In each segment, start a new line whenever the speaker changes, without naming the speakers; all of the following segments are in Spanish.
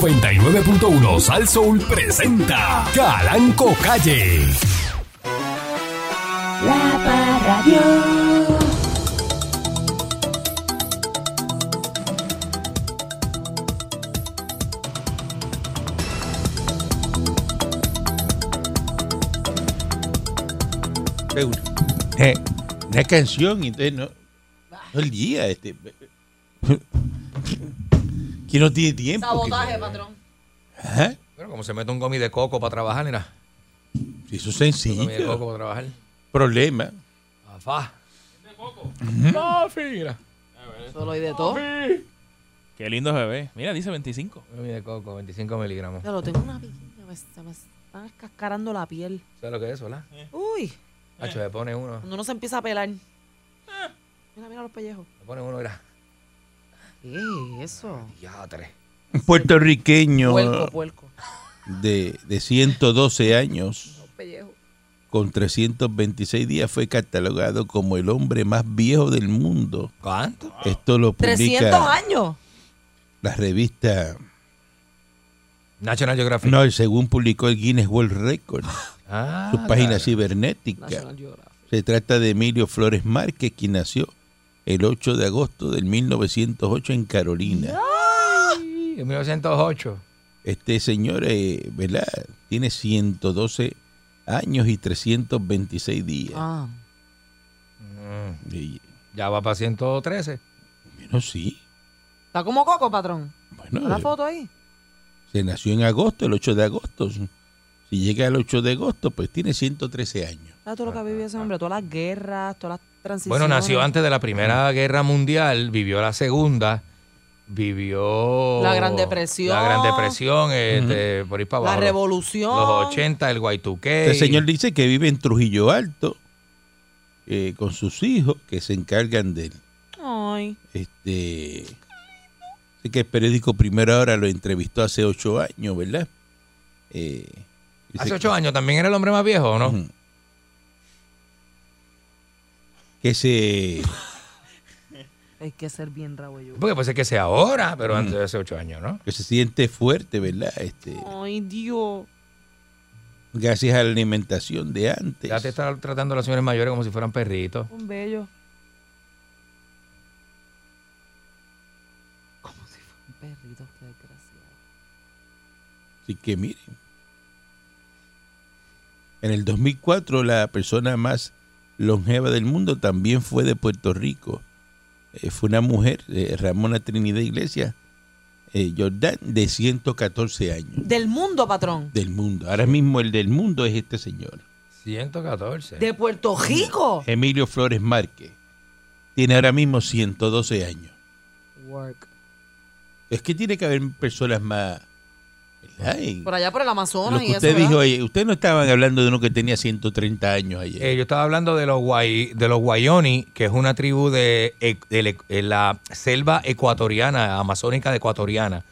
99.1 Sal Soul presenta Calanco Calle.
La Parradio.
de una, de- una Eh, canción, y entonces no, no el día. Este. Que no tiene tiempo. que-
Sabotaje, patrón.
Ajá.
Bueno, como se mete un gomi de coco para trabajar, mira.
Si Eso es
Gomi de coco
sencillo.
para trabajar.
Problema.
Afá.
Solo hay de todo.
Qué lindo se ve. Mira, dice 25.
Gomi de coco, 25 miligramos.
Ya lo tengo una piquilla, me- se me está cascarando la piel.
¿Sabes lo que es eso, verdad?
Eh.
Uy,
Hacho, le pone uno.
cuando uno se empieza a pelar. Mira, mira los pellejos.
Le pone uno, mira.
¿Qué es eso?
Diatre.
Un puertorriqueño
Puerco, puerco.
de, de 112 años
Los pellejos.
con 326 días fue catalogado como el hombre más viejo del mundo.
¿Cuánto?
Esto lo
300
publica
años.
la revista.
National Geographic.
No, según publicó el Guinness World Record,
Ah,
su página
claro.
cibernética.
National Geographic.
Se trata de Emilio Flores Márquez, quien nació el 8 de agosto del 1908 en Carolina.
Sí, en 1908.
Este señor, eh, ¿verdad? Tiene 112 años y 326 días.
Ah,
Y-
Ya va para 113.
bueno, sí.
está como coco, patrón. ¿Está
Bueno,
la
eh,
foto ahí?
se nació en agosto, el 8 de agosto. Si llega al 8 de agosto, pues tiene 113 años.
Mira todo lo que ha vivido ese hombre, todas las guerras, todas las transiciones.
Bueno, nació antes de la Primera Guerra Mundial, vivió la Segunda, vivió...
La Gran Depresión.
La Gran Depresión, este, por ahí para
La
abajo.
revolución.
Los 80, el Y2K.
Este señor dice que vive en Trujillo Alto eh, con sus hijos que se encargan de él.
Ay,
Este. Sé que el periódico Primera Hora lo entrevistó hace ocho años, ¿verdad? Eh, dice
Hace
que-
ocho años también era el hombre más viejo, ¿o ¿no?
Ujú. Que se.
hay que ser bien rabuello.
Porque puede ser que sea ahora, pero antes de hace ocho años, ¿no?
que se siente fuerte, ¿verdad? Este,
Ay, Dios.
gracias a la alimentación de antes.
Ya te están tratando a las señores mayores como si fueran perritos.
Un bello. Como si fuera un perrito, qué desgraciado.
Así que miren. En el 2004 la persona más longeva del mundo también fue de Puerto Rico. Eh, fue una mujer, eh, Ramona Trinidad Iglesias eh, Jordán, de 114 años
Del mundo, patrón.
del mundo. Ahora mismo el del mundo es este señor,
114.
De Puerto Rico.
Emilio Flores Márquez. Tiene ahora mismo 112 años.
Work.
Es que tiene que haber personas más... ¿verdad? Y
Por allá por el
lo
Amazonas
que
y
usted
eso.
dijo,
¿verdad?
oye, ustedes no estaban hablando de uno que tenía 130 años ayer.
Eh, yo estaba hablando de los Guay, de los Guayoni, que es una tribu de, e- de le- en la selva ecuatoriana, amazónica ecuatoriana,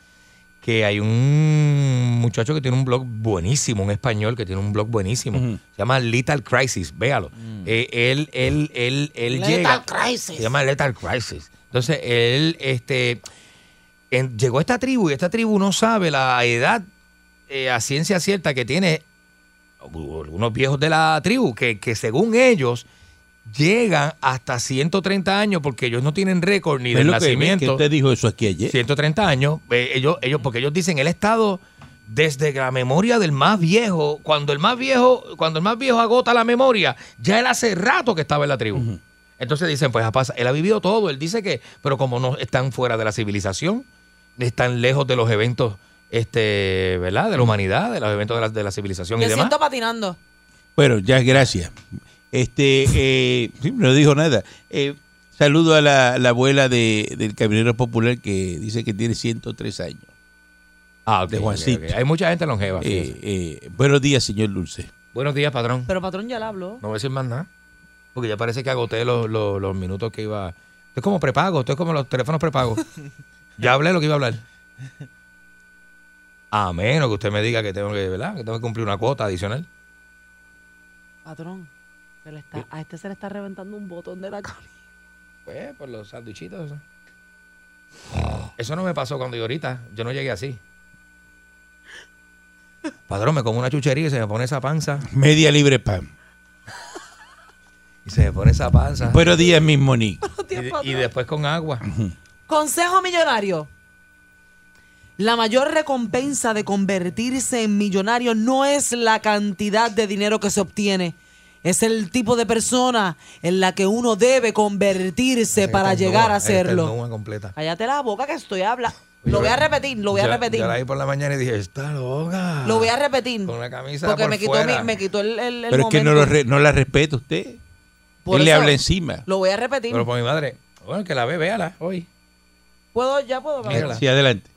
que hay un muchacho que tiene un blog buenísimo, un español que tiene un blog buenísimo,
Ujú.
se llama Lethal Crisis, véalo. Eh, él, él, él, él
Lethal
llega.
Crisis.
Se llama Lethal Crisis. Entonces, él, este, en- llegó a esta tribu y esta tribu no sabe la edad eh, a ciencia cierta que tiene algunos viejos de la tribu que, que según ellos llegan hasta 130 años porque ellos no tienen récord ni
¿Ves
del
lo que- este ves
nacimiento.
Que usted dijo eso aquí ayer.
130 años, eh, ellos, ellos, porque ellos dicen el estado desde la memoria del más viejo, cuando el más viejo, cuando el más viejo agota la memoria, ya él hace rato que estaba en la tribu. Entonces dicen, pues pasa, él ha vivido todo, él dice que, pero como no están fuera de la civilización, están lejos de los eventos, este, ¿verdad? De la humanidad, de los eventos de la, de la civilización y
Me
demás.
siento patinando.
Bueno, ya gracias. Este, eh, sí, no dijo nada. Eh, saludo a la, la abuela de- del camionero popular que dice que tiene 103 años.
Ah, ok,
de
ok,
Juancito.
ok. Hay mucha gente longeva.
Eh,
fíjese.
eh, buenos días, señor Dulce.
Buenos días, patrón.
Pero patrón ya le habló.
No voy a decir más nada. Porque ya parece que agoté los, los- los minutos que iba. Esto es como prepago, esto es como los teléfonos prepagos. ya hablé lo que iba a hablar. A menos que usted me diga que tengo que, ¿verdad? Que tengo que cumplir una cuota adicional.
Patrón. se le está- a este se le está reventando un botón de la cara.
Pues, por los sándwichitos. Eso no me pasó cuando yo ahorita. Yo no llegué así. Padrón, me como una chuchería y se me pone esa panza.
Media libre pan.
Y se me pone esa panza.
Pues,
Pero días mismo, Nick.
Y,
Tiempo
y
atrás.
después con agua.
Consejo millonario. La mayor recompensa de convertirse en millonario no es la cantidad de dinero que se obtiene, es el tipo de persona en la que uno debe convertirse para llegar a serlo.
Una completa.
Cállate la boca que estoy hablando.
Oye,
Lo voy a
yo-
repetir, lo voy a
yo la-
repetir.
Yo la vi por la mañana y dije, está loca.
Lo voy a repetir.
Con la camisa
Porque
por
me quitó,
fuera.
mi- me quitó el, el, el
Pero es que no,
momento.
lo re- no la respeta usted.
Por
Él le
eso
habla encima.
Lo voy a repetir.
Pero por mi madre. Bueno, que la ve, véala hoy.
¿Puedo? Ya puedo.
Mira.
Sí, adelante.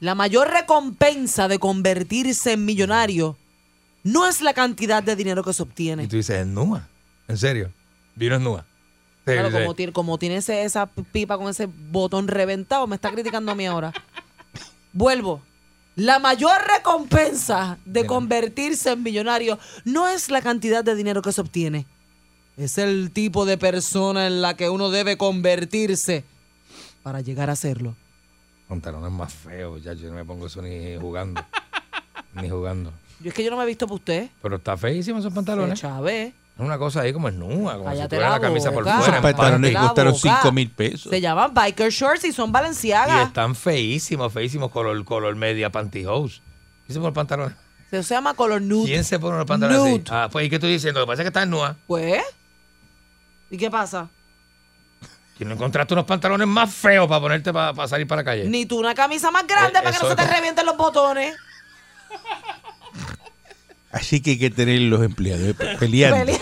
La mayor recompensa de convertirse en millonario no es la cantidad de dinero que
Y
se obtiene.
tú dices, es Nua. En serio. Vino es Nua. Sí,
Claro,
sí.
como tiene, como tiene ese- esa pipa con ese botón reventado, me está criticando a mí ahora. Vuelvo. La mayor recompensa de
Bien.
convertirse en millonario no es la cantidad de dinero que se obtiene. Es el tipo de persona en la que uno debe convertirse para llegar a serlo.
Pantalón es más feo, ya yo no me pongo eso ni jugando. ni jugando.
Yo es que yo no me he visto por usted.
Pero está feísimo esos pantalones. Es
Chávez.
una cosa ahí como es nua, como si
Cállate
tuviera
la
la camisa por
boca.
fuera.
Esos
en
pantalones
panty.
la
costaron
boca.
5 mil pesos.
Se llaman biker shorts y son
Y
Balenciaga.
están feísimos, feísimos, color, color media pantyhose. ¿Qué se pone pantalones?
Se llama color nude.
¿Quién se pone los pantalones así?
Nude.
Ah, pues, ¿y qué estoy diciendo? Lo que pasa es que estás nua.
Pues. ¿Y qué pasa?
¿Quién no encontraste unos pantalones más feos para ponerte para, salir para la calle?
Ni tú una camisa más grande
Eh,
para que
eso
no se
es
te
como-
revienten los botones.
Así que hay que tener los empleados eh, pe- peleando.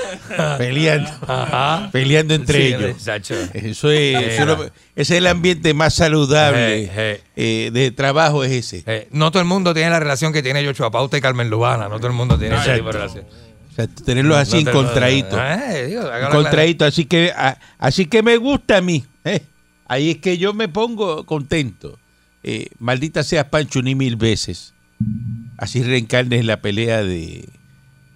peleando.
Ajá.
peleando entre
Sí,
ellos.
Sacho.
Eso es, eso
Era.
lo- ese es el ambiente más saludable
Eh,
eh, de trabajo, es ese.
Eh, no todo el mundo tiene la relación que tiene Yochoa Pauta y Carmen Lubana. No todo el mundo tiene ese
Exacto.
tipo de relación.
O sea, tenerlos así
No te-
encontraditos.
Eh, digo, haga la
Encontraditos. Así que, a- así que me gusta a mí. eh. Ahí es que yo me pongo contento. Eh, maldita sea Pancho ni mil veces. Así reencarnes la pelea de,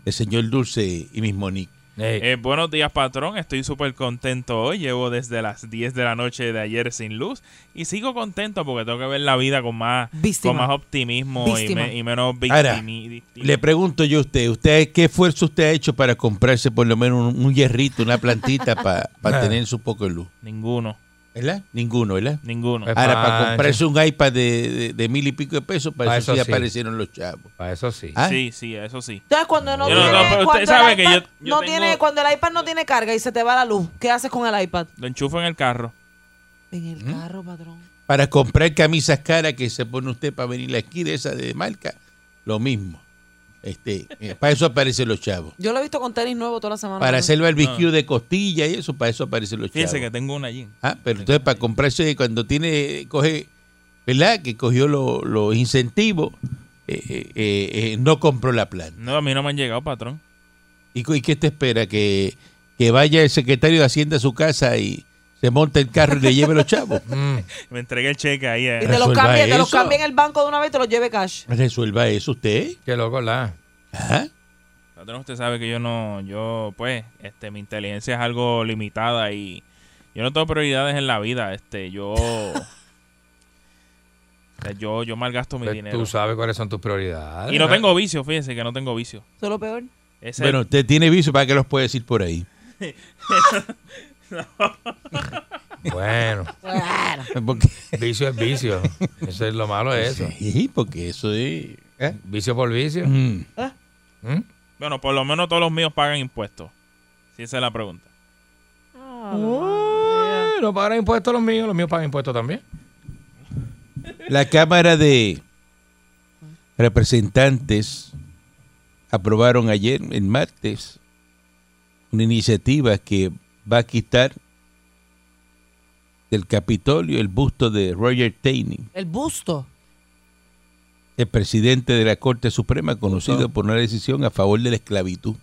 de señor Dulce y mis Monique.
clara. Eh,
Eh, buenos días, patrón. Estoy súper contento hoy. Llevo desde las 10 de la noche de ayer sin luz. Y sigo contento porque tengo que ver la vida con más,
Víctima.
con más optimismo y,
Víctima.
me- y menos
Ahora,
victimi-
Le pregunto yo a usted, usted ¿qué esfuerzo usted ha hecho para comprarse por lo menos un, un hierrito, una plantita para
Ah.
tener su poco de luz?
Ninguno,
¿Verdad? Ninguno, ¿verdad?
ninguno.
Eh,
Ahora,
Pancho.
para comprarse un iPad de, de- de mil y pico de pesos, para
Ah,
eso,
eso
sí
sí.
aparecieron los chavos.
para eso sí.
Ah,
Sí, sí, eso sí.
Entonces, cuando no
Yo no-
tiene.
no, pero usted
cuando,
sabe
el
que
iPad
yo- yo
no
tengo-
tiene cuando el iPad no tiene carga y se te va la luz, ¿qué haces con el iPad?
Lo enchufo en el carro.
En el carro, patrón.
Para comprar camisas caras que se pone usted para venir aquí de esa de marca, lo mismo. Este, eh, para eso aparecen los chavos.
Yo lo he visto con tenis nuevo toda la semana.
Para
patrón.
hacer barbecue de costilla y eso, para eso aparecen los chavos.
Fíjense que tengo una allí.
Ah, pero entonces para comprarse cuando tiene, coge, ¿verdad? Que cogió lo- los incentivos, eh, eh, eh, eh, no compró la planta.
No, a mí no me han llegado, patrón.
¿Y, cu- y qué te espera? Que, que vaya el secretario de Hacienda a su casa y se monte el carro y le lleve los chavos.
Mm.
Me entregué el cheque ahí. eh.
Y te los
Resuelva
cambia, te los
eso.
cambia en el banco de una vez y te los lleve cash.
Resuelva eso usted.
Qué loco la.
Ajá.
Patrón, usted sabe que yo no, yo, pues, este, mi inteligencia es algo limitada y yo no tengo prioridades en la vida. Este, yo, o sea, yo, yo malgasto mi
Pues
dinero.
Tú sabes cuáles son tus prioridades.
Y no
¿verdad?
tengo vicio, fíjense que no tengo vicio.
Eso es lo peor.
Ese-
Bueno, usted tiene vicio, ¿para qué los puede decir por ahí?
Bueno,
Claro.
Porque,
vicio es vicio. Eso es lo malo de eso.
Sí, porque eso es... ¿eh?
Vicio por vicio.
Mm.
¿Mm?
Bueno, por lo menos todos los míos pagan impuestos. Si esa es la pregunta.
Eh, No pagan impuestos los míos, los míos pagan impuestos también.
La Cámara de Representantes aprobaron ayer, el martes, una iniciativa que va a quitar del Capitolio el busto de Roger Taney,
El busto.
el presidente de la Corte Suprema, conocido por una decisión a favor de la esclavitud.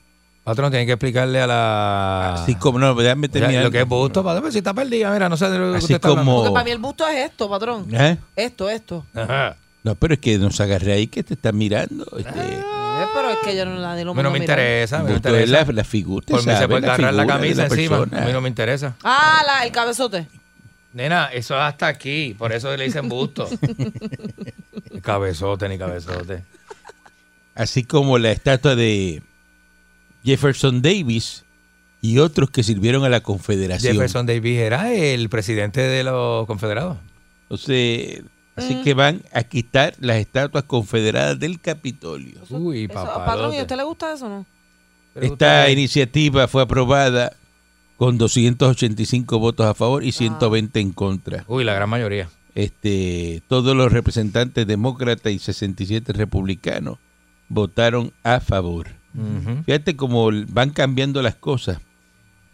Patrón, tienen que explicarle a la.
Así como, no, déjame
O sea,
terminar.
Ah. lo que es busto, patrón, pero pues, si está perdida, mira, no sé de lo que
Así
usted está hablando.
como-
Porque para mí el busto es esto, patrón.
¿Eh?
Esto, esto.
Ajá.
No, pero es que nos agarré ahí que te está mirando. Este,
Eh, pero es que yo no la de lo
A mí no me interesa, Ah, me
busto es
interesa.
la, la figura. usted
Por mí se
sabe,
puede
la
agarrar la
figura de
camisa encima.
persona.
A mí no me interesa.
Ah, la, el cabezote.
Nena, eso es hasta aquí. Por eso le dicen busto. cabezote ni cabezote.
así como la estatua de Jefferson Davis y otros que sirvieron a la Confederación.
Jefferson Davis era el presidente de los confederados.
Entonces, así que van a quitar las estatuas confederadas del Capitolio.
Uy,
Eso,
papá.
patrón, ¿y a usted le gusta eso o no?
Esta iniciativa fue aprobada con 285 votos a favor y 120 en contra.
Uy, la gran mayoría.
Este, todos los representantes demócratas y 67 republicanos votaron a favor.
Ujú.
Fíjate cómo van cambiando las cosas.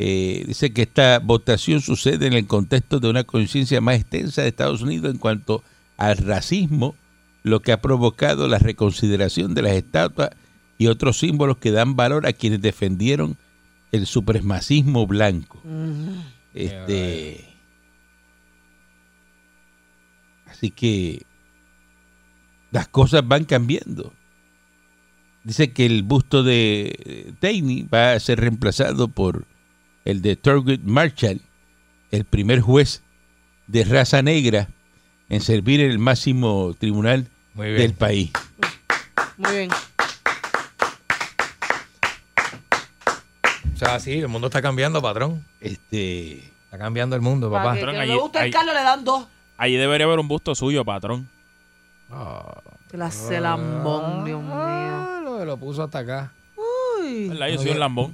Eh, dice que esta votación sucede en el contexto de una conciencia más extensa de Estados Unidos en cuanto al racismo, lo que ha provocado la reconsideración de las estatuas y otros símbolos que dan valor a quienes defendieron el supremacismo blanco. Este, así que las cosas van cambiando. Dice que el busto de eh, Taney va a ser reemplazado por el de Thurgood Marshall, el primer juez de raza negra en servir en el máximo tribunal
Muy bien.
del país.
Muy bien.
O sea, sí, el mundo está cambiando, patrón.
Este,
Está cambiando el mundo, papá.
Para que,
Patrón,
que
ahí-
le guste el
ahí-
Carlos le dan dos.
Allí debería haber un busto suyo, patrón.
Ah.
Clase lambón, Dios mío.
Ah, Lo, lo puso hasta acá.
Uy.
¿Verdad? Yo soy un lambón.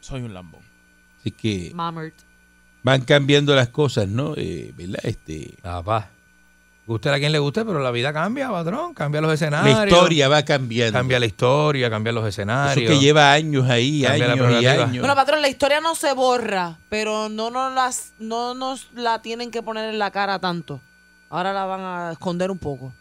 Soy un lambón.
así que
Mammert.
van cambiando las cosas, ¿no? Eh, ¿verdad? Este,
Papá. Guste a quien le guste, pero la vida cambia, patrón. Cambia los
la
escenarios.
historia va cambiando.
Cambia la historia, cambia los
Eso
escenarios.
que lleva años ahí,
Cambia la
años y
prerrogativa.
años.
Bueno, patrón, la historia no se borra, pero no nos, las, no nos la tienen que poner en la cara tanto. Ahora la van a esconder un poco.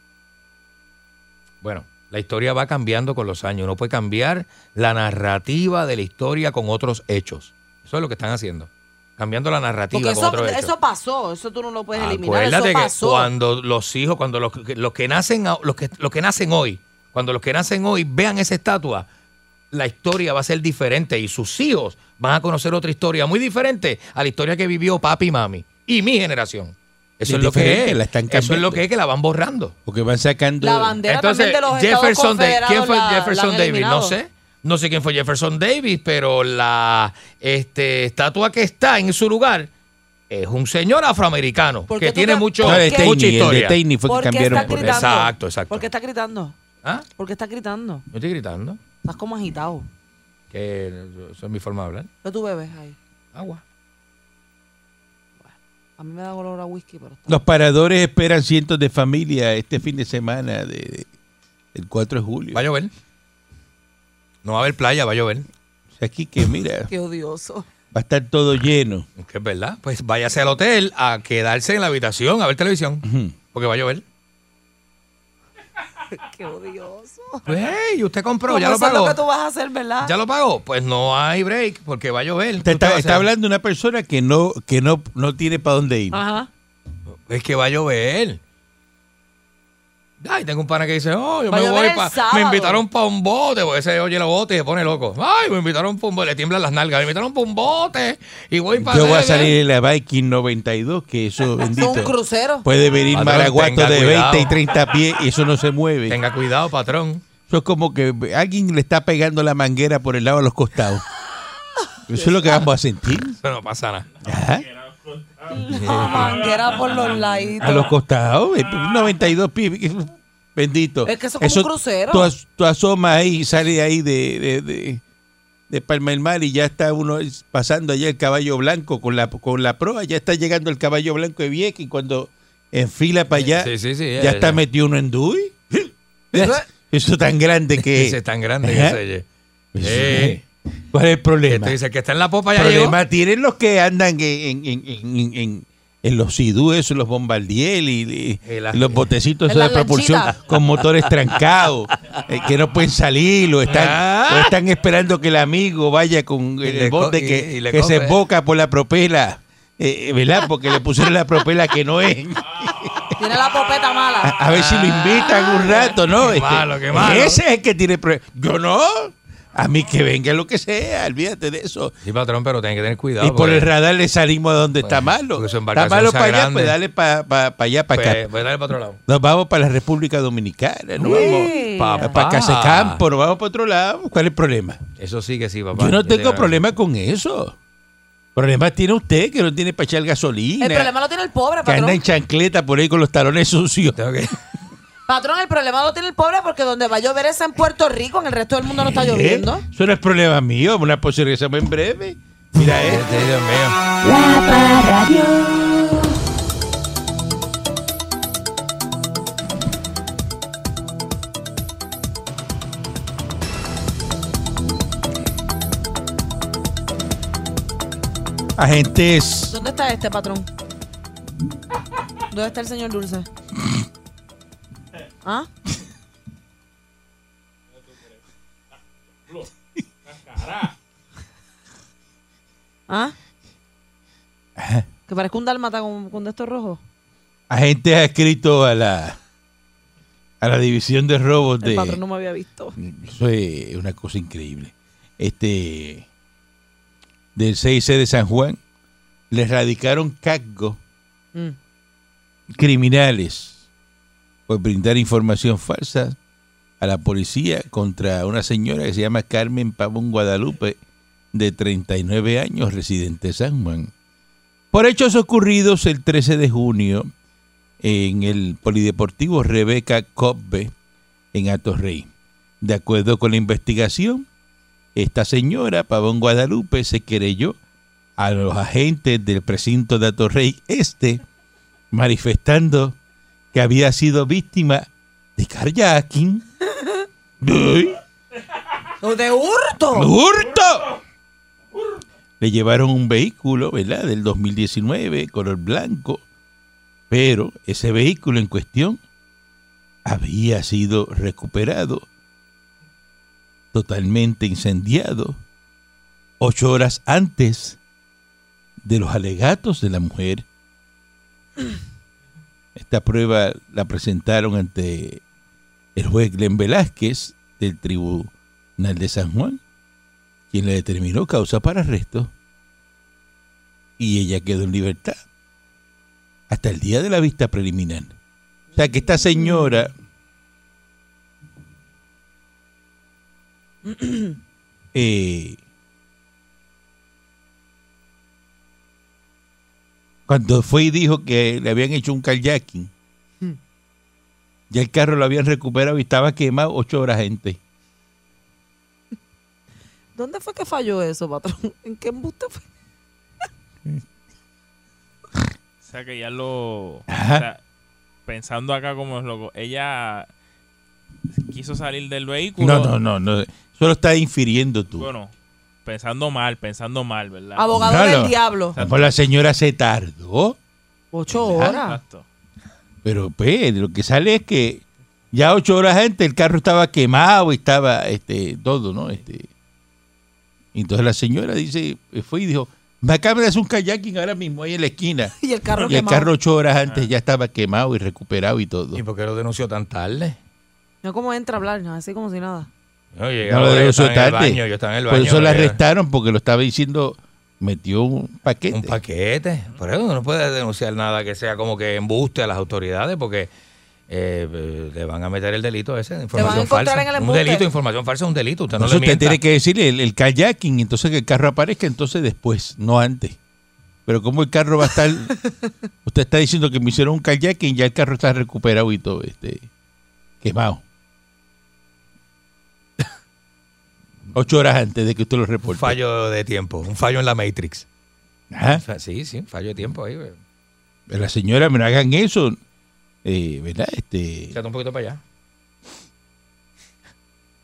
Bueno, la historia va cambiando con los años. Uno puede cambiar la narrativa de la historia con otros hechos. Eso es lo que están haciendo. Cambiando la narrativa
Porque
con
eso,
otros hechos.
eso pasó, eso tú no lo puedes eliminar,
Ah, Acuérdate
eso
que
pasó.
cuando los hijos, cuando los, que- los que nacen, a- los que, los que nacen hoy, cuando los que nacen hoy vean esa estatua, la historia va a ser diferente y sus hijos van a conocer otra historia muy diferente a la historia que vivió papi y mami y mi generación. Eso
Es
es, lo que
diferente,
es.
la están
Eso es
cambiando.
lo que es que la van borrando.
Porque van sacando...
La bandera
Entonces,
también de los Estados
Jefferson Davis.
Confederados
¿Quién fue
la- la
Jefferson
han
Davis? No
eliminado.
sé. No sé quién fue Jefferson Davis, pero la este, estatua que está en su lugar es un señor afroamericano
¿Por
que
qué tú
tiene
te-
mucho,
No,
¿por
de
qué?
mucha
Taney, el de
historia.
Taney fue
¿Por
que
qué
cambiaron
estás
por
gritando?
eso.
Exacto, exacto.
¿Por qué estás gritando?
¿Ah?
¿Por qué estás gritando?
Yo estoy gritando.
Estás como agitado.
Que eso es mi forma de hablar.
¿Qué tú bebes ahí?
Agua.
A mí me da olor a whisky, pero está.
Los paradores esperan cientos de familias este fin de semana de, de- del 4 de julio.
Va a llover. No va a haber playa, va a llover.
O sea, aquí que mira,
Qué odioso.
va a estar todo lleno.
Que es verdad. Pues váyase al hotel a quedarse en la habitación a ver televisión. Porque va a llover.
Qué odioso.
Ey, usted compró,
Como
ya lo
eso es
pagó.
que tú vas a hacer, ¿verdad?
¿Ya lo pagó? Pues no hay break porque va a llover.
Te
¿Qué usted va
está,
a
está
hacer?
hablando una persona que no que no, no tiene para dónde ir.
Ajá.
Es que va a llover. Ay, tengo un pana que dice, oh, yo
Va a
me
llover
voy
el
pa-
sábado.
Me invitaron para un bote, porque ese oye la bote y se pone loco. Ay, me invitaron para un bote, le tiemblan las nalgas. Me invitaron para un bote y voy para
Yo voy a salir en la Viking 92, que eso,
Eso Es un
bendito,
crucero.
puede venir
Patrón,
maraguato
tenga
de
cuidado.
20 y 30 pies y eso no se mueve.
Tenga cuidado, patrón.
Eso es como que alguien le está pegando la manguera por el lado de los costados. Eso es lo que vamos a sentir.
Eso no pasa nada.
Ajá.
La manguera Ah, por los laditos.
Pues, eh, A los costados, eh, 92 pies. eh, Bendito.
Es que eso es como un crucero.
Tú, as- tú asomas ahí y sale ahí de, de, de, de Palma del Mar y ya está uno es- pasando allá el caballo blanco con la, con la proa. Ya está llegando el caballo blanco de Vieques y cuando enfila para allá,
Sí, sí, sí,
ya,
ya,
está
ya.
metido uno en Dui. Eso tan grande que.
Ese es tan grande que
Ajá.
se oye.
Sí.
Eh. Este
¿Cuál es el problema?
Entonces dice que está en la popa ya llegó.
problema tienen los que andan en, en- en- en- en- en los idúes, los bombardier y, y-
Y las-
y los botecitos
En
esos de
las
propulsión
lanchitas.
con motores trancados eh, que no pueden salir o están, o están esperando que el amigo vaya con el,
le co-
bote
Ah. y-
que,
y le
que se
coge.
boca por la propela. eh, eh, ¿Verdad? Porque le pusieron la propela que no es.
Tiene la popeta mala.
Ah, A, a ver si lo invitan un rato, ¿no? Este,
Qué Ah, malo, qué malo.
Ese es el que tiene problemas. Yo no. A mí que venga lo que sea, olvídate de eso.
Sí, patrón, pero tienen que tener cuidado.
y por
porque-
el radar le salimos a donde está
Bueno,
malo.
porque
Está
su embarcación
malo
sea
para allá,
grande.
pues dale para allá, para acá.
Pues, voy a darle para otro lado.
Nos vamos para la República Dominicana, nos
Sí.
vamos para Casecampo, nos vamos para otro lado. ¿Cuál es el problema?
Eso sí que sí, papá. Este, ah,
Yo no tengo
te-
problema con eso. Problema tiene usted que no tiene para echar gasolina.
El problema lo tiene el pobre,
que anda
patrón.
en chancleta por ahí con los talones sucios. ¿Eh?
Tengo que-
Patrón, el problema lo tiene el pobre porque donde va a llover es en Puerto Rico, en el resto del mundo no está lloviendo.
¿Eh? Eso no es problema mío, una posibilidad que en breve. Mira, eh.
Este, Dios mío.
La Parradio.
agentes
¿Dónde está este patrón? ¿Dónde está el señor Dulce? ¿Ah? ¿Ah? Que parezca un dálmata con, con de estos rojos.
agentes adscritos a la a la división de robos
El
de
patrón no me había visto.
Eso es una cosa increíble. Este del CIC de San Juan le erradicaron cargos
Mm.
criminales por brindar información falsa a la policía contra una señora que se llama Carmen Pavón Guadalupe, de 39 años, residente de San Juan. Por hechos ocurridos el 13 de junio en el Polideportivo Rebeca Cobbe en Atorrey. De acuerdo con la investigación, esta señora, Pavón Guadalupe, se querelló a los agentes del precinto de Atorrey Este manifestando que había sido víctima de carjacking, de
¡Oh, ¡De hurto!
hurto. Le llevaron un vehículo, ¿verdad? Del 2019, color blanco, pero ese vehículo en cuestión había sido recuperado, totalmente incendiado, ocho horas antes de los alegatos de la mujer. Esta prueba la presentaron ante el juez Glenn Velázquez del Tribunal de San Juan, quien le determinó causa para arresto y ella quedó en libertad hasta el día de la vista preliminar. O sea que esta señora eh, cuando fue y dijo que le habían hecho un kayaking,
Hmm.
ya el carro lo habían recuperado y estaba quemado ocho horas gente.
¿Dónde fue que falló eso, patrón? ¿En qué embuste fue?
O sea que ya lo. o
Ajá.
sea, pensando acá como es loco. Ella quiso salir del vehículo.
No, no, no, no. Solo está infiriendo tú.
Bueno, pensando mal, pensando mal, ¿verdad?
Abogado
Claro.
del diablo.
Pues la señora se tardó,
Ocho
Ah.
horas.
Exacto.
pero pues lo que sale es que ya ocho horas antes el carro estaba quemado y estaba este todo, ¿no? Este, entonces la señora dice, eh, fue y dijo, me acaban de hacer un kayaking ahora mismo ahí en la esquina.
Y el carro
Y el
quemado.
carro ocho horas antes ya estaba quemado y recuperado y todo.
Ah. ¿Y por qué lo denunció tan tarde?
No como entra a hablar, así como si nada.
No,
No lo denunció tarde.
yo estaba en el
Por
baño.
eso la
no llega.
arrestaron porque lo estaba diciendo, metió un paquete.
Un paquete. Por eso no puede denunciar nada que sea como que embuste a las autoridades porque eh, eh, le van a meter el delito ese de información
encontrar
falsa.
en el
un
embuste.
delito, información falsa es un delito. Usted no,
Entonces
le
usted
mienta.
tiene que decirle el, el kayaking, entonces que el carro aparezca entonces después, no antes. Pero como el carro va a estar, usted está diciendo que me hicieron un kayaking, ya el carro está recuperado y todo, este, quemado. Ocho horas antes de que usted lo
Un
reporte.
fallo de tiempo, un fallo en la Matrix.
Ajá.
O sea, Sí, sí, un fallo de tiempo ahí. güey.
Pero la señora, me hagan eso, eh, ¿verdad? Este,
Échate un poquito para allá.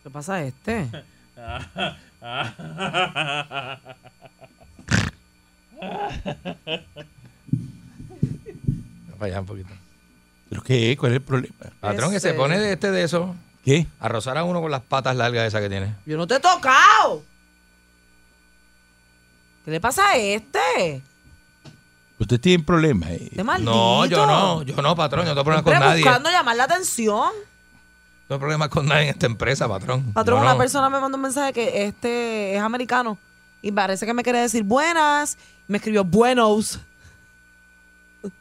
¿Qué pasa a este?
Para allá un poquito.
¿pero qué? es? ¿Cuál es el problema?
Patrón, que se
Ese-
pone de este de eso
¿Qué?
a rozar a uno con las patas largas esas que tiene.
Yo no te he tocado. ¿Qué le pasa a este?
Usted tiene problemas. eh.
Este maldito.
No, yo no, yo no, patrón, yo no te pones con
Siempre
nadie.
buscando llamar la atención.
No hay problema con nadie en esta empresa, patrón.
Patrón,
Yo
una
no.
persona me mandó un mensaje que este es americano y parece que me quiere decir buenas. Me escribió buenos.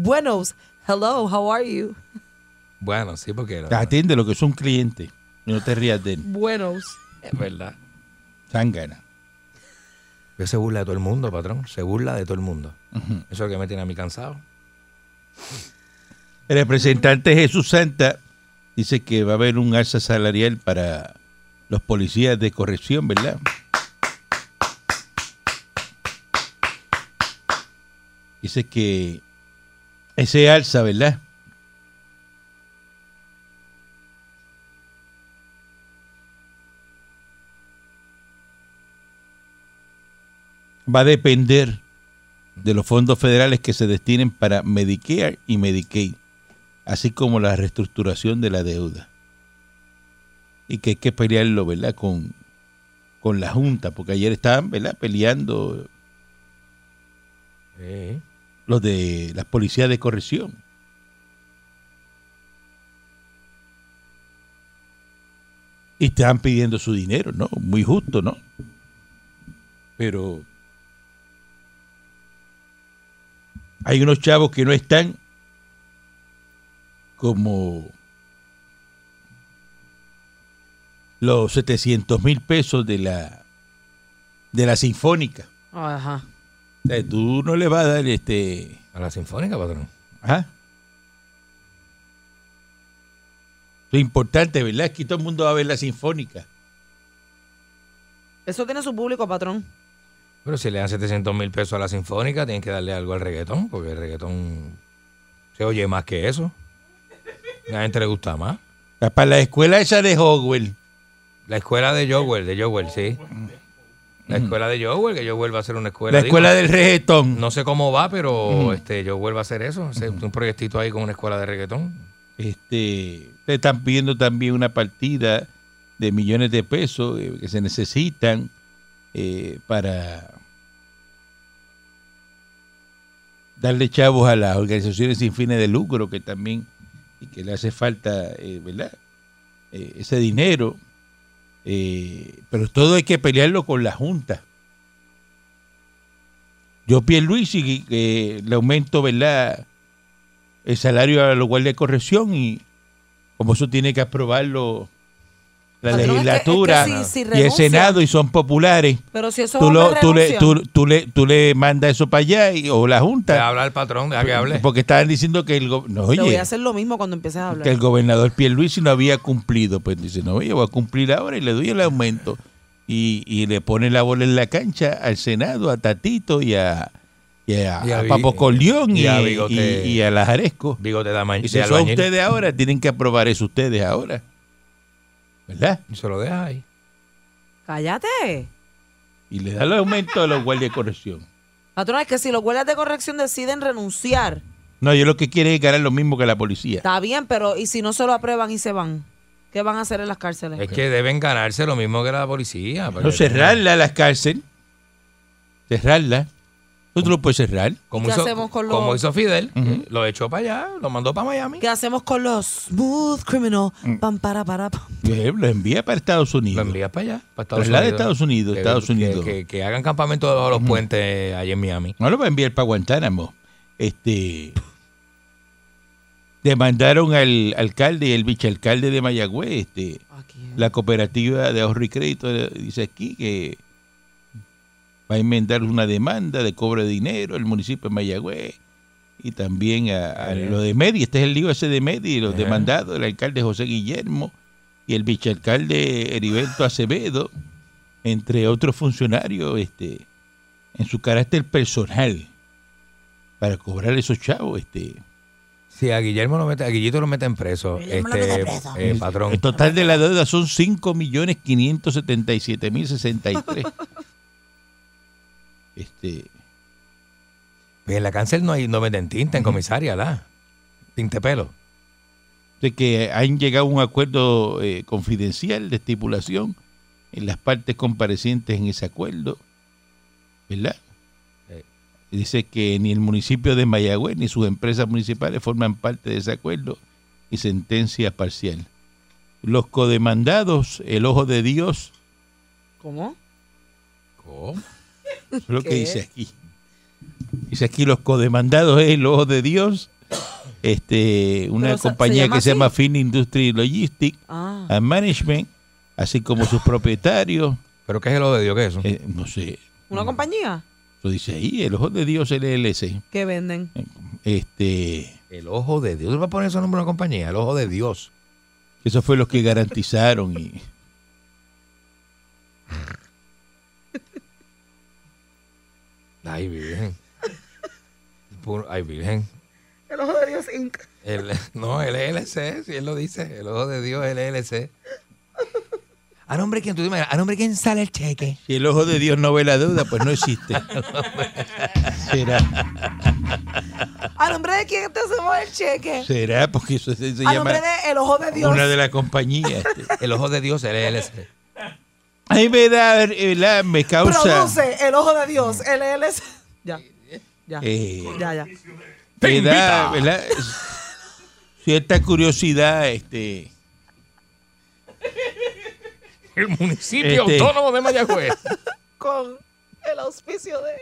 Buenos. Hello, how are you?
Bueno, sí, porque era-
Atiende lo que son clientes. No te rías de él.
Buenos.
es verdad.
Zángana.
Yo se burla de todo el mundo, patrón. Se burla de todo el mundo. Eso es lo que me tiene a mí cansado.
El representante Jesús Santa dice que va a haber un alza salarial para los policías de corrección, ¿verdad? Dice que ese alza, ¿verdad? Va a depender de los fondos federales que se destinen para Medicare y Medicaid, así como la reestructuración de la deuda. Y que hay que pelearlo, ¿verdad? Con, con la Junta, porque ayer estaban, ¿verdad? Peleando
Sí.
los de las policías de corrección. Y estaban pidiendo su dinero, ¿no? Muy justo, ¿no? Pero hay unos chavos que no están como los 700 mil pesos de la de la sinfónica.
Ajá.
O sea, tú no le vas a dar este
A la sinfónica, patrón.
Ajá. Lo importante, ¿verdad? Es que todo el mundo va a ver la sinfónica.
Eso tiene su público, patrón.
Pero si le dan 700 mil pesos a la sinfónica, tienen que darle algo al reggaetón, porque el reggaetón se oye más que eso. A la gente le gusta más.
Para la escuela esa de Hogwarts.
La escuela de Jowell, de Jowell, sí. La escuela de Jowell, que Jowell va a ser una escuela.
La escuela
digo,
del reggaetón.
No sé cómo va, pero este, Jowell va a hacer eso. hacer Un proyectito ahí con una escuela de reggaetón.
Este, te están pidiendo también una partida de millones de pesos eh, que se necesitan eh, para darle chavos a las organizaciones sin fines de lucro que también y que le hace falta, eh, ¿verdad? Eh, ese dinero. Eh, pero todo hay que pelearlo con la Junta. Yo, Pierluisi, eh, le aumento, ¿verdad? el salario a los guardias de corrección y como eso tiene que aprobarlo la
Patrón, es que- es que
legislatura
si- si
y el
renuncia-
Senado y son populares,
Pero si eso
tú,
es
lo-
una
tú le,
renuncia.
tú, tú le, tú le mandas eso para allá y- o la
Deja
Junta.
hablar el patrón, deja que hable.
Porque estaban diciendo que el, go- no,
Te voy
oye,
a hacer lo mismo cuando empieces a hablar.
que el gobernador Pierluisi no había cumplido. Pues dice, no, yo voy a cumplir ahora y le doy el aumento. Y, y le pone la bola en la cancha al Senado, a Tatito y a, y a,
Y a
a
Bi-
Papo Corleón y,
y a
y-
Bigote.
y a Lazaresco.
Bigote de, ama-
Y
de
si son
albañil.
ustedes ahora, tienen que aprobar eso ustedes ahora. ¿Verdad?
Y se lo deja ahí.
Cállate.
Y le da el aumento a los guardias de corrección.
Patrón, es que si los guardias de corrección deciden renunciar,
No, yo lo que quiero es ganar lo mismo que la policía.
está bien, pero ¿y si no se lo aprueban y se van? ¿Qué van a hacer en las cárceles?
Es que deben ganarse lo mismo que la policía.
No,
porque-
cerrarla a las cárceles. Cerrarla. Tú
Oh.
no lo puedes cerrar.
Como
¿Qué
hizo,
hacemos con los-
como hizo Fidel, eh,
Ujú.
lo echó para allá, lo mandó para Miami.
¿Qué hacemos con los smooth criminal?
Mm.
Pam, para, para, pam.
Eh, Lo envía para Estados
Lo
Unidos.
envías para allá, para Estados
Traslada a
Unidos.
Estados Unidos,
Que-
Estados
que-
Unidos.
Que, que hagan campamento debajo de los puentes allá en Miami.
No lo va a enviar para Guantánamo. Este. Demandaron al alcalde y el vicealcalde de Mayagüez, este.
Aquí. ¿eh?
la cooperativa de ahorro y crédito eh, dice aquí que va a enmendar una demanda de cobro de dinero al municipio de Mayagüez y también a, a
Bien.
lo de Medi. Este es el lío ese de Medi, los
Ajá.
demandados, el alcalde José Guillermo y el vicealcalde Heriberto Acevedo, entre otros funcionarios, este, en su carácter personal, para cobrar esos chavos, este.
Sí, a Guillermo lo mete, a Guillito lo meten preso.
Guillermo lo
este,
meten preso.
eh,
El-
patrón.
El total de la deuda son 5.577.063. este,
Pues En la cárcel no hay, no venden tinta en comisaria, ¿verdad? Tinte pelo.
de que han llegado a un acuerdo eh, confidencial de estipulación en las partes comparecientes en ese acuerdo, ¿verdad?
Eh.
Dice que ni el municipio de Mayagüez ni sus empresas municipales forman parte de ese acuerdo y sentencia parcial. Los codemandados, el ojo de Dios,
¿Cómo?
¿Cómo?
eso es lo que
¿Qué?
dice aquí. Dice aquí los codemandados es el ojo de Dios, este, una
Pero se- se
compañía
llama
que se
así.
llama Fin Industry Logistics
Ah.
and Management, así como sus propietarios,
¿Pero qué es lo de Dios? ¿Qué es eso?
eh, no sé,
¿Una compañía?
lo dice ahí, el ojo de Dios LLC.
que venden?
Eh. Este,
El ojo de Dios. ¿Tú vas a poner ese nombre a una compañía? El ojo de Dios.
Eso fue lo que garantizaron y.
Ay, virgen. Puro- Ay, virgen.
El ojo de Dios Inc.
El, no, el LC, si él lo dice. El ojo de Dios, el LC. ¿A nombre de quién? ¿Tú te imaginas? ¿A nombre de quién sale el cheque?
Si el ojo de Dios no ve la deuda, pues no existe. será,
¿A nombre de quién te hacemos el cheque?
será, porque eso se, se
¿A
llama
nombre de el ojo de Dios?
una de las compañías.
El ojo de Dios, el E LC.
Ahí me da, eh, la- me causa.
Produce el ojo de Dios, LLC. Ya, ya,
Mm. eh,
ya, ya.
me da, ¿verdad? Cierta curiosidad, este.
El municipio
Este-
autónomo de Mayagüez.
Con el auspicio de...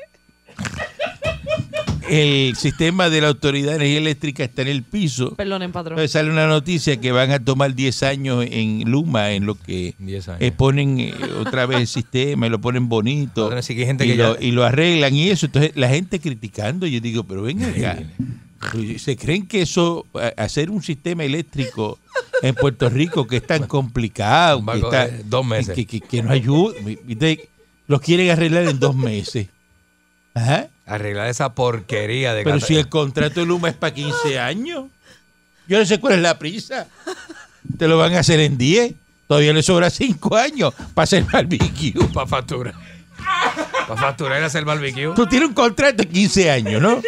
El sistema de la autoridad de energía eléctrica está en el piso.
Perdonen, patrón.
Entonces sale una noticia que van a tomar 10 años en Luma, en lo que
10 años.
eh, ponen eh, otra vez el sistema y lo ponen bonito
Ahora sí que hay gente
y,
que
lo,
ya-
y lo arreglan y eso. Entonces la gente criticando, yo digo, pero venga acá. ¿Se creen que eso, a- hacer un sistema eléctrico en Puerto Rico que es tan complicado,
va a
que,
coger
está-
dos meses.
que, que- que no ayuda, ¿viste? los quieren arreglar en dos meses? Ajá.
Arreglar esa porquería de
Pero
cata-
si el contrato de Luma es para 15 años, yo no sé cuál es la prisa. Te lo van a hacer en 10. Todavía le sobra 5 años para hacer barbecue.
Para facturar. Para facturar y hacer barbecue.
Tú tienes un contrato de 15 años, ¿no?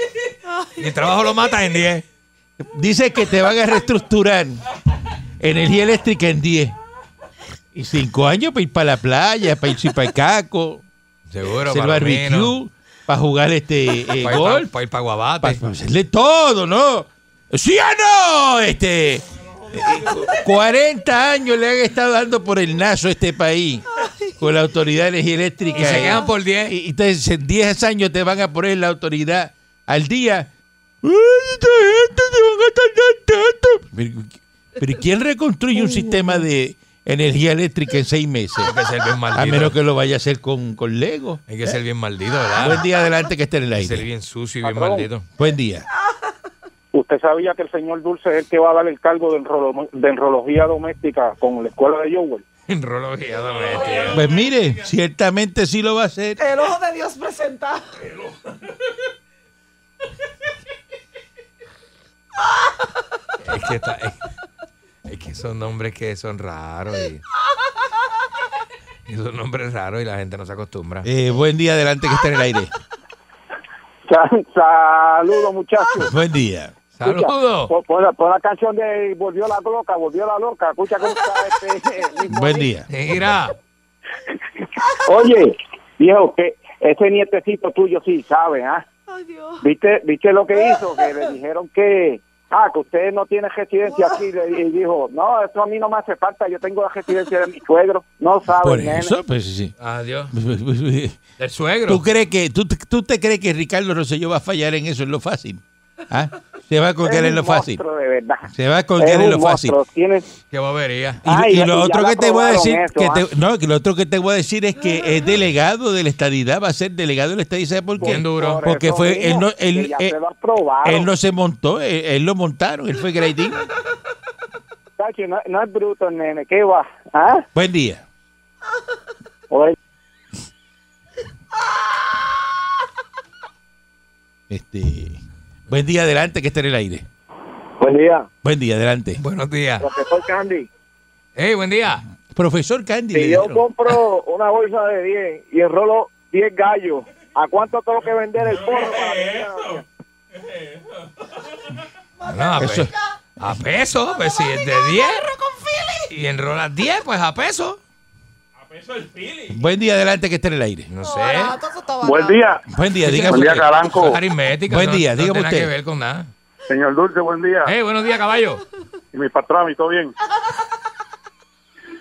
Y el trabajo lo matas en 10.
Dice que te van a reestructurar energía eléctrica en 10. Y 5 años para ir para la playa, para ir para el caco,
Seguro,
hacer
para
barbecue, para jugar este eh,
Para ir para
golf.
pa, ir pa' Guabate.
para hacerle pues, todo, ¿no? ¡Sí o no! Este, eh, 40 años le han estado dando por el nazo a este país con la autoridad de energía eléctrica.
Y se quedan por 10.
Y, y entonces en 10 años te van a poner la autoridad al día. ¡Ay, esta gente se van a tardar tanto! Pero, pero ¿quién reconstruye un sistema de energía eléctrica en 6 meses?
Hay Ah, que ser bien
A
maldito.
menos que lo vaya a hacer con, con Lego.
Hay que ser bien maldito, ¿verdad?
Buen día adelante que esté en el
Hay que ser
aire.
bien sucio y bien
Patrón.
maldito.
Buen día.
Usted sabía que el señor Dulce es el que va a dar el cargo de, enrolo- de enrología doméstica con la escuela de Jowell.
En rolo guiado, bestia.
Pues mire, ciertamente sí lo va a hacer.
El ojo de Dios presenta.
Es que está. Es, es que son nombres que son raros. Y, y son nombres raros y la gente no se acostumbra.
Eh, buen día, adelante que está en el aire.
Sa- Saludos, muchachos.
Buen día.
Escucha,
¡Saludos!
Por, por la, por la canción de Volvió la loca, volvió la loca. Escucha cómo está este. Nico
Buen
ahí.
día.
Mira,
Oye, viejo, que ese nietecito tuyo sí sabe, ¿ah?
Ay, Dios.
¿Viste, ¿Viste lo que hizo? Que le dijeron que, ah, que usted no tiene residencia aquí. Le- Y dijo, no, eso a mí no me hace falta, yo tengo la residencia de mi suegro. No sabe,
Por
nene.
eso, pues sí.
adiós.
¿Tú
El suegro.
crees que tú, tú te crees que Ricardo Rosselló va a fallar en eso en lo fácil? ¿Ah? Se va a
Es
colgar en
un
lo fácil.
monstruo, de verdad.
Se va a colgar
Es
en
un
lo fácil.
monstruo, tienes-
Qué bobería.
Y,
Ay,
y
ya-
lo
ya
otro
la
que te voy a
aprobaron
decir,
eso,
que
ah.
te- no, que lo otro que te voy a decir es que es delegado de la estadidad, va a ser delegado de la estadidad, ¿sabes por qué?
Bien duro.
Por
Porque
eso
fue, él
mismo,
no, él,
que ya
él-
se lo aprobaron.
él no se montó, él, él lo montaron, él fue grading.
Tacho, no, no es bruto, nene, ¿qué va? ¿Ah?
Buen día.
Oye,
Este, buen día, adelante que está en el aire.
buen día,
Buen día, adelante.
Buenos días.
profesor Candy.
¡Ey, buen día!
Profesor Candy. le
Si yo
dieron.
compro una bolsa de 10 y enrolo 10 gallos, ¿a cuánto tengo que vender el porro para mí?
Bueno, a,
Eso-
pe- a peso, pues si es de 10. Y enrolas 10, pues a peso.
Buen día, adelante que esté en el aire.
No sé.
Ah,
Buen día,
Buen día, diga
buen día,
usted.
Caranco.
Eso es aritmética.
Buen
no-
día,
no
dígame
tiene nada
usted.
que ver con nada.
¿Eh?
Señor Dulce, buen día.
¡Ey, buenos días, caballo!
y mi patrón, y todo bien.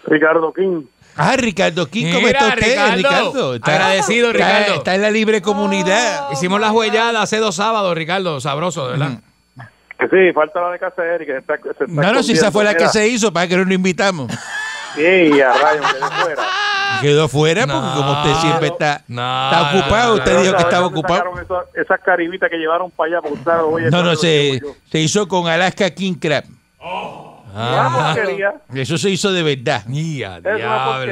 Ricardo King.
Ah, Ricardo, ¿quién cómo está
Mira,
usted,
Ricardo.
Ricardo?
Agradecido,
está-
Ricardo.
Está en la libre comunidad.
Hicimos la huellada hace dos sábados, Ricardo. Sabroso, ¿verdad?
Que sí, falta la de Cacer y que se está. se está
No, no, si esa
escondiendo,
fue la que
mira.
se hizo, para que no lo invitamos.
Sí, a rayos, que de fuera.
Quedó fuera porque
No.
como usted siempre está,
No,
está ocupado,
no, no,
usted dijo
no,
Pero,
que
¿sabes
estaba
dónde
ocupado.
sacaron esas- esas caribitas que llevaron para allá, porque claro, oye,
No, no,
eso es
se,
lo que digo
se hizo con Alaska King Crab.
yo. Una porquería.
Eso se hizo de verdad.
Ya,
Es una porquería.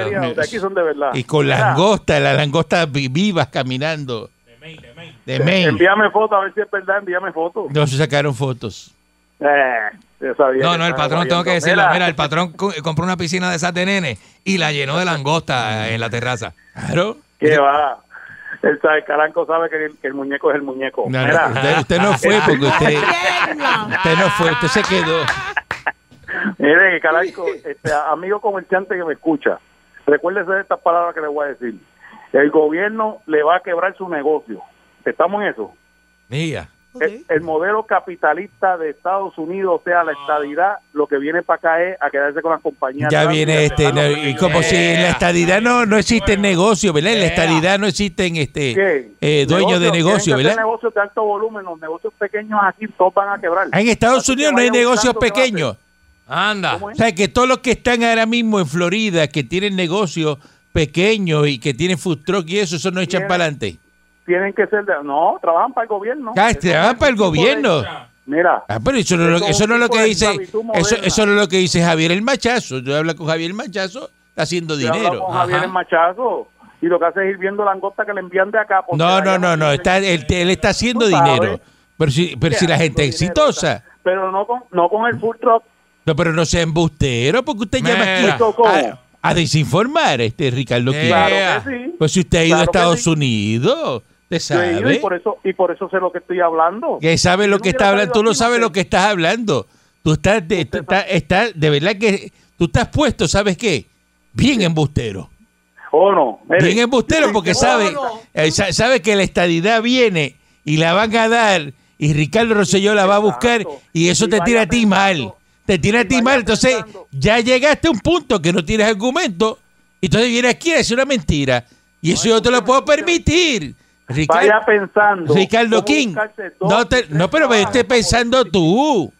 Ah, diablo.
los De aquí son de verdad.
Y con
Ah, Mira,
langosta, las langostas vi- vivas caminando. De Maine.
Envíame foto a ver si es verdad, envíame foto.
No se sacaron fotos.
Eh, yo sabía
No,
que
no, el
estaba
patrón, tengo
guayando.
que decirlo. Mira, el patrón co- compró una piscina de esas de nene y la llenó de langosta en la terraza.
Claro.
Que va. El, sabe- Caranco sabe que el, que el muñeco es el muñeco.
No, no,
Oh, Mira, Ah,
usted, usted no fue porque usted,
Tiembla.
usted no fue, usted se quedó.
mire, Caranco, este, amigo comerciante que me escucha, recuérdese de estas palabras que le voy a decir. El gobierno le va a quebrar su negocio. ¿Estamos en eso?
Mira.
Eh, El, el modelo capitalista de Estados Unidos, o sea, la estadidad, lo que viene para acá es a quedarse con las compañías.
Ya
grandes,
viene este,
¿verdad?
no, y como si en la estadidad no, no existen negocios, ¿verdad? En la estadidad no existen este,
¿Qué?
eh, dueños de negocios,
Negocios, tienen que hacer
¿verdad?
negocios de alto volumen, los negocios pequeños aquí todos van a quebrar.
En Estados
Así que
Unidos no hay
vayan
negocios
buscando qué va a hacer.
pequeños.
Anda.
¿Cómo
O sea, que todos los que están ahora mismo en Florida, que tienen negocios pequeños y que tienen food truck y eso, eso no echan
Tienen-
para adelante.
Tienen que ser de- No, trabajan para el gobierno.
Ah,
Eso
trabajan
es
para el
un tipo
gobierno.
de- Mira,
Ah, pero eso no, es lo-
Eso es
eso no es lo
tipo
que
de
dice
esclavitud
eso,
moderna.
eso no es lo que dice Javier el Machazo. Yo hablo con Javier el Machazo, está haciendo
yo hablaba
dinero.
con Javier
Ajá.
en Machazo y lo que hace es ir viendo langosta que le envían de acá. porque
No, no,
allá
no, no,
tienen-
está, él, él está haciendo
Tú sabes.
dinero. Pero si, pero si la gente es
Haciendo dinero,
exitosa.
está- Pero no con, no con el full truck.
No, pero no sea embustero, porque usted
Mira.
llama
Esto, ¿cómo?
aquí a, a desinformar, este Ricardo
Eh,
Quiñones.
Claro
Ea.
que sí.
Pues si usted ha ido a
Claro que
Estados
sí.
Unidos, usted
Yo he ido y
sabe.
por eso y por eso sé lo que estoy hablando.
Que sabe
Yo
lo que
no
está
hubiera
hablando, tú
salido
no
aquí,
sabes
sé.
lo que estás hablando. Tú estás de, tú estás, estás- de verdad que tú estás puesto, ¿sabes qué? Bien embustero.
Oh, no. Mire,
Bien embustero porque
no,
sabe,
no.
eh, sa- sabe que la estadidad viene y la van a dar y Ricardo Rosselló la va a buscar
Exacto.
y eso
Y
te tira a
vaya
ti mal.
pensando,
Te tira a
y
ti
vaya
mal. Entonces
pensando.
ya llegaste a un punto que no tienes argumento. y Entonces viene aquí a decir una mentira. Y eso yo te lo puedo permitir. Ricardo,
Vaya pensando.
Ricardo
cómo
King,
buscarse dos,
no, te-
tres
no, pero
trabajos,
vete pensando
porque-
tú.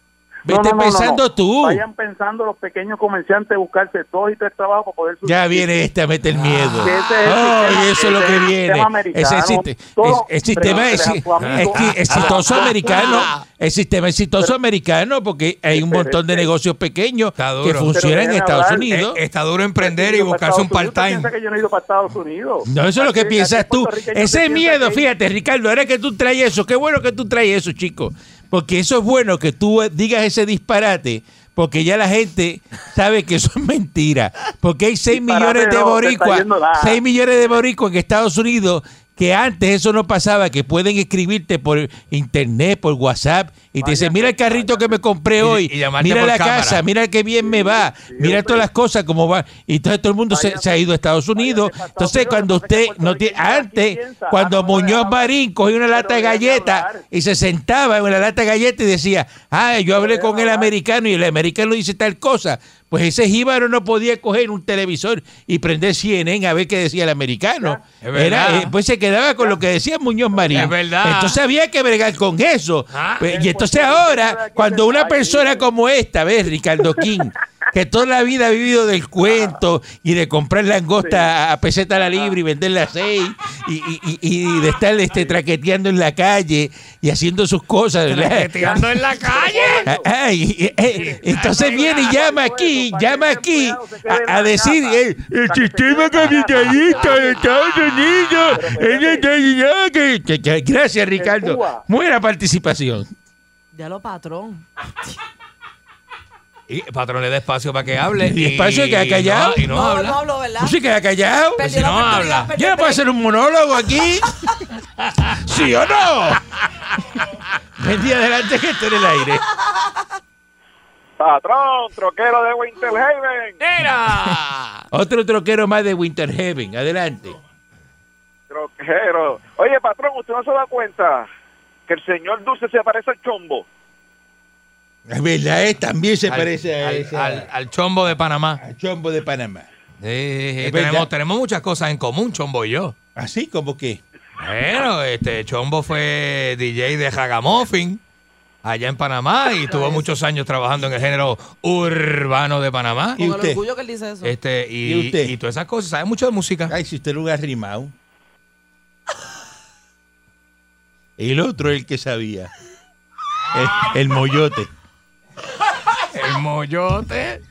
No,
Vete
no, no, no,
pensando
no.
tú.
Vayan pensando los pequeños comerciantes buscarse dos y tres trabajos para poder
Ya
subsistir.
viene este a meter miedo.
Que Ah. ese es el
Ay,
sistema-
eso es lo
ese
que
es el
viene.
sistema americano.
Ese existe- es,
Todo
el sistema
frente a tu
exi-
amigo.
exi- exitoso
Ah.
americano. El sistema exitoso americano porque hay un
Pero
montón de
este-
negocios pequeños
Está duro.
que funcionan en
Pero
Estados
dejen
Unidos.
Eh, está duro emprender y
Yo para
buscarse un
Estados Unidos, ¿usted
part-time.
piensa que yo no he ido para Estados Unidos?
No, eso es lo que
Aquí-
piensas
aquí
tú.
puertorriqueños
Ese
piensan
miedo,
que-
fíjate, Ricardo, ahora que tú traes eso, qué bueno que tú traes eso, chico. Porque eso es bueno que tú eh, digas ese disparate, porque ya la gente sabe que eso es mentira. Porque hay 6
Disparate
millones de
no, te está
boricuas,
yendo la-
6 millones de boricuas en Estados Unidos que antes eso no pasaba, que pueden escribirte por internet, por WhatsApp, y te dicen, mira el carrito que me compré hoy,
y llamarte
mira
por
la
cámara.
casa, mira qué bien me va, mira todas las cosas, cómo va. Y entonces todo el mundo se,
Váyase-
se ha ido a Estados
váyase
Unidos.
para Estados
Entonces,
Unidos,
cuando
lo que pasa
usted
es que
no tiene.
Puerto Rico
Antes,
aquí piensa,
cuando
ah, no, no,
Muñoz
no,
Marín cogió una
pero
lata de
déjame
galleta
hablar.
y se sentaba en una lata de galleta y decía, ah, yo hablé con el
hablar.
americano y el americano dice tal cosa. Pues ese jíbaro no podía coger un televisor y prender CNN a ver qué decía el americano.
Ya. Es
Era,
verdad.
eh, pues se quedaba con lo que decía Muñoz Marín.
Es verdad.
Entonces había que bregar con eso.
Ah.
Pues, y entonces
Puerto Rico de
ahora,
aquí
cuando
se-
una
Ay,
persona
sí.
como esta, ¿ves? Ricardo King, que toda la vida ha vivido del cuento y de comprar langosta a peseta a la libre y venderla a seis y, y- y- y de estar este, traqueteando en la calle y haciendo sus cosas, ¿verdad?
Tirando en la calle.
Ah, ah, y- y- eh, entonces viene y llama aquí, llama aquí a, a decir eh, el sistema capitalista de Estados Unidos. es la realidad que- que- que- Gracias, Ricardo. Buena participación.
Ya lo patrón.
Y patrón le da espacio para que hable.
Y espacio que ha callado.
Y no, y no
no,
habla.
no hablo, ¿verdad?
No se queda callado.
Perdió
si
la
no
oportunidad,
habla.
perdió
Yo no puedo
el
hacer un monólogo aquí. ¿Sí o no? Vendí adelante que esté en el aire.
Patrón, troquero de Winter Haven.
Era.
Otro troquero más de Winter Heaven. Adelante.
Troquero. Oye, patrón, ¿usted no se da cuenta que el señor Dulce se parece al chombo?
Es verdad, eh, también se
Al-
parece a
al-
ese-
al- al chombo de Panamá.
al chombo de Panamá.
Sí, sí, sí,
Es
tenemos,
verdad.
tenemos muchas cosas en común, Chombo y yo.
Así como que.
Bueno, este Chombo fue DJ de Hagamuffin allá en Panamá y tuvo muchos años trabajando en el género urbano de Panamá.
Con
¿Y
el
usted?
orgullo que él dice eso.
Este, y,
¿Y usted?
y todas esas cosas, sabe mucho de música.
Ay, si usted era un arrimado. El otro el que sabía. El, el moyote.
El moyote,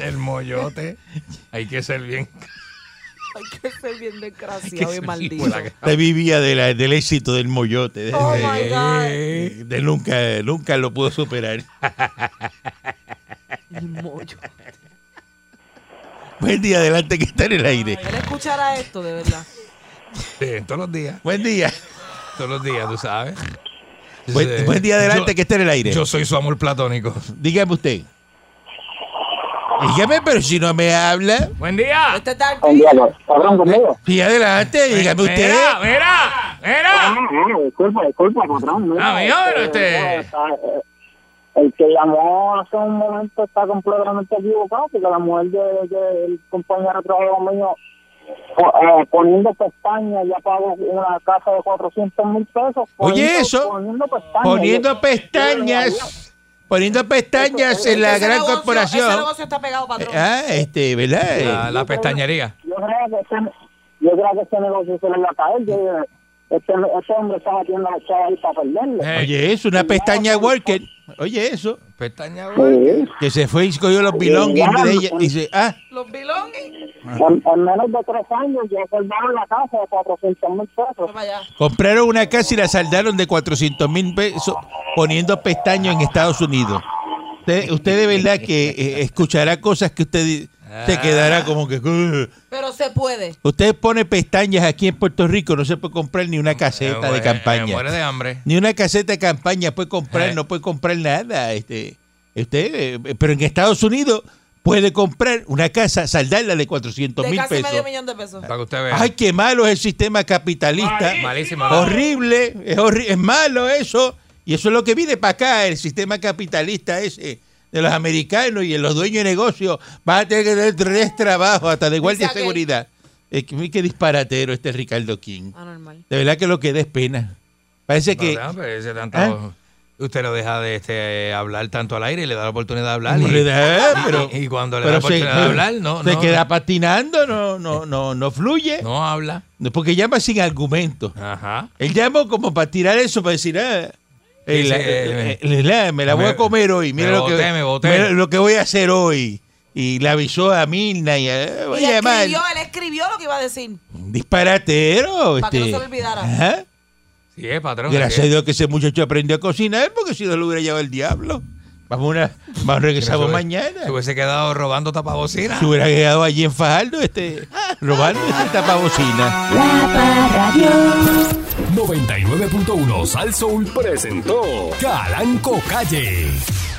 el moyote. Hay que ser bien.
Hay que ser bien desgraciado y maldito.
Usted vivía de la- del éxito del moyote. de-
Oh
de-
my God.
Eh,
de- de nunca, nunca lo pudo superar.
El mollo.
Buen día, adelante que está en el aire.
Él escuchará esto, de verdad.
Sí, eh, todos los días,
Buen día.
todos los días, tú sabes. Sí.
Buen, buen día, adelante
Yo-
que está en el aire.
Yo soy su amor platónico.
Dígame usted. Dígame, pero si no me habla.
Buen día.
Este tal
Buen día, cabrón, conmigo.
Sí, adelante, dígame usted.
Mira, mira, mira.
Ah, ah, disculpa, disculpa, patrón.
Ah, mío, pero este-
está, eh,
Ah.
El que llamó hace un momento está completamente equivocado porque la mujer del de, del compañero de trabajo mío, po- eh, poniendo pestañas, ya pagó una casa de 400 mil pesos.
Oye,
poniendo-
eso.
Poniendo pestañas.
Poniendo pestañas. Poniendo pestañas en la
Ese
gran
negocio- Ese
corporación.
negocio está pegado, patrón.
Ah, este, ¿verdad?
La, la pestañería.
Yo creo que ese, yo creo que ese negocio se le va a caer. Yo, este, ese hombre está metiendo a la chava ahí para perderle.
Eh,
Oye, eso, una pestaña worker. Oye, eso.
Pestaña.
Sí.
Que se fue y cogió los belongings de ella. Y dice, ah,
Los belongings.
En, en menos de tres años ya salvaron la casa de 400 mil pesos.
Fue para allá.
compraron una casa y la saldaron de 400 mil pesos poniendo pestañas en Estados Unidos. Usted, usted de verdad que eh, escuchará cosas que usted se quedará como que... "Ugh".
Pero se puede.
Usted pone pestañas aquí en Puerto Rico, no se puede comprar ni una
Me
caseta de
muere- me eh, Muere
campaña.
de hambre.
Ni una caseta de campaña puede comprar,
Eh.
no puede comprar nada. Este, usted, eh, pero en Estados Unidos puede comprar una casa, saldarla de 400
De
mil
casi medio
pesos.
millón de pesos.
Para que usted vea.
Ay, qué malo es el sistema capitalista.
Malísimo.
Horrible, es, horri- es malo eso. Y eso es lo que viene para acá, el sistema capitalista ese de los americanos y de los dueños de negocios. Van a tener que tener tres trabajos, hasta de guardia de
aquel.
seguridad. Eh, qué qué disparatero este Ricardo King.
Anormal.
De verdad que lo que da es pena. Parece
No,
que
de hambre, ese tanto-
¿Ah?
Usted lo deja de este, hablar tanto al aire y le da la oportunidad de hablar.
No
y-
le da,
y-
pero-
y cuando le da
pero
la
se,
oportunidad de hablar, no,
se
no,
queda patinando, no, no, no, no fluye.
no habla.
Porque llama sin argumento.
Ajá.
Él llamó como para tirar eso, para decir, ah, eh,
Sí,
la-
sí, eh,
eh, eh, la- me la voy
me-
a comer hoy, mira
me
lo, que,
boté, me boté.
mira lo que voy a hacer hoy. Y le avisó a Milna y a, voy
Y
a llamar.
escribió, él escribió lo que iba a decir.
Un disparatero.
Para que
este.
no se lo olvidara.
Ajá.
Sí, es patrón.
Gracias a
es que-
Dios que ese muchacho aprendió a cocinar, porque si no lo hubiera llevado el diablo. Vamos, a una, vamos a regresar
se hubiese-
mañana.
Se hubiese quedado robando tapabocina.
Se hubiera quedado allí en Fajardo, este, robando esta tapabocina.
La Parradio.
99.1 Sal Soul presentó Calanco Calle.